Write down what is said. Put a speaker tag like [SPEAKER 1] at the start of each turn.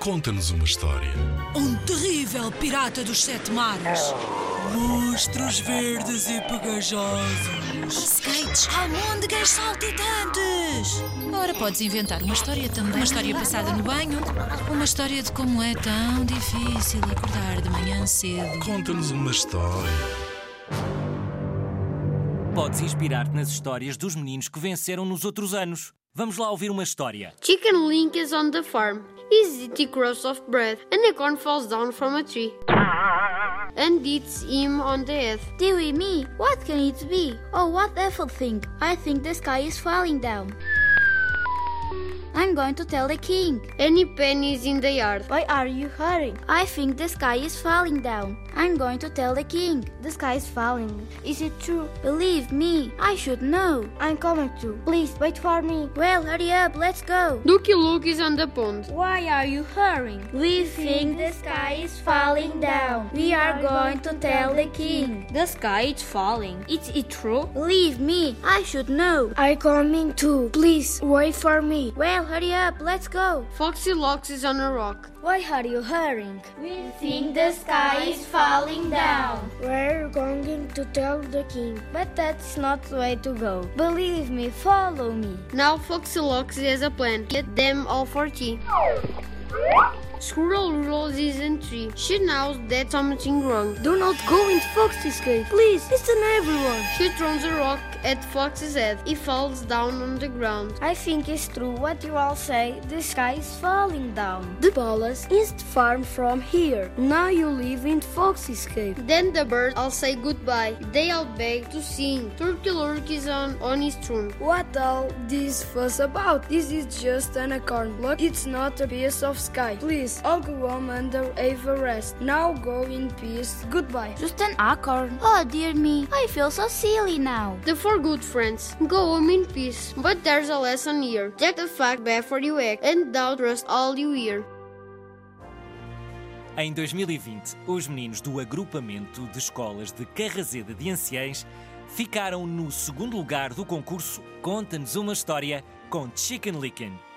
[SPEAKER 1] Conta-nos uma história.
[SPEAKER 2] Um terrível pirata dos sete mares. Monstros verdes e pegajosos.
[SPEAKER 3] Skates, almôndegas saltitantes!
[SPEAKER 4] Ora, podes inventar uma história também. Uma história passada no banho. Uma história de como é tão difícil acordar de manhã cedo.
[SPEAKER 1] Conta-nos uma história.
[SPEAKER 5] Podes inspirar-te nas histórias dos meninos que venceram nos outros anos. Vamos lá ouvir uma história.
[SPEAKER 6] Chicken Link is on the farm. He's eating crumbs of bread, and a corn falls down from a tree and eats him on the head.
[SPEAKER 7] Dearie me, what can it be? Oh, what awful thing! I think the sky is falling down. I'm going to tell the king.
[SPEAKER 6] Any pennies in the yard.
[SPEAKER 7] Why are you hurrying? I think the sky is falling down. I'm going to tell the king. The sky is falling. Is it true? Believe me, I should know. I'm coming to. Please wait for me. Well, hurry up, let's go.
[SPEAKER 6] Dookie Luke is on the pond.
[SPEAKER 7] Why are you hurrying? We think the sky is falling down. We are going to tell the king.
[SPEAKER 8] The sky is falling. Is it true?
[SPEAKER 7] Believe me, I should know. I'm coming too. Please wait for me. Well, hurry up, let's go.
[SPEAKER 6] Foxy Locks is on a rock.
[SPEAKER 7] Why are you hurrying? We think the sky is falling down. We're going to tell the king, but that's not the way to go. Believe me, follow me.
[SPEAKER 6] Now Foxy Locks has a plan. Get them all for tea. Squirrel rolls his entry. She knows that something wrong.
[SPEAKER 7] Do not go in Foxy's cave, please. Listen, everyone.
[SPEAKER 6] She throws a rock at Fox's head. He falls down on the ground.
[SPEAKER 7] I think it's true what you all say. The sky is falling down. The palace is far from here. Now you live in Foxy's cave.
[SPEAKER 6] Then the birds all say goodbye. They all beg to sing. Turkey Lurk is on, on his throne.
[SPEAKER 7] What all this fuss about? This is just an acorn block. It's not a piece of sky. Please, all go home under Everest. Now go in peace. Goodbye.
[SPEAKER 3] Just an acorn.
[SPEAKER 7] Oh dear me, I feel so silly now.
[SPEAKER 6] The four good friends go home in peace. But there's a lesson here. Check the fact before you act, and thou trust all you hear.
[SPEAKER 5] Em 2020, os meninos do agrupamento de escolas de Carrazeda de Anciães ficaram no segundo lugar do concurso Conta-nos uma história com Chicken Licken.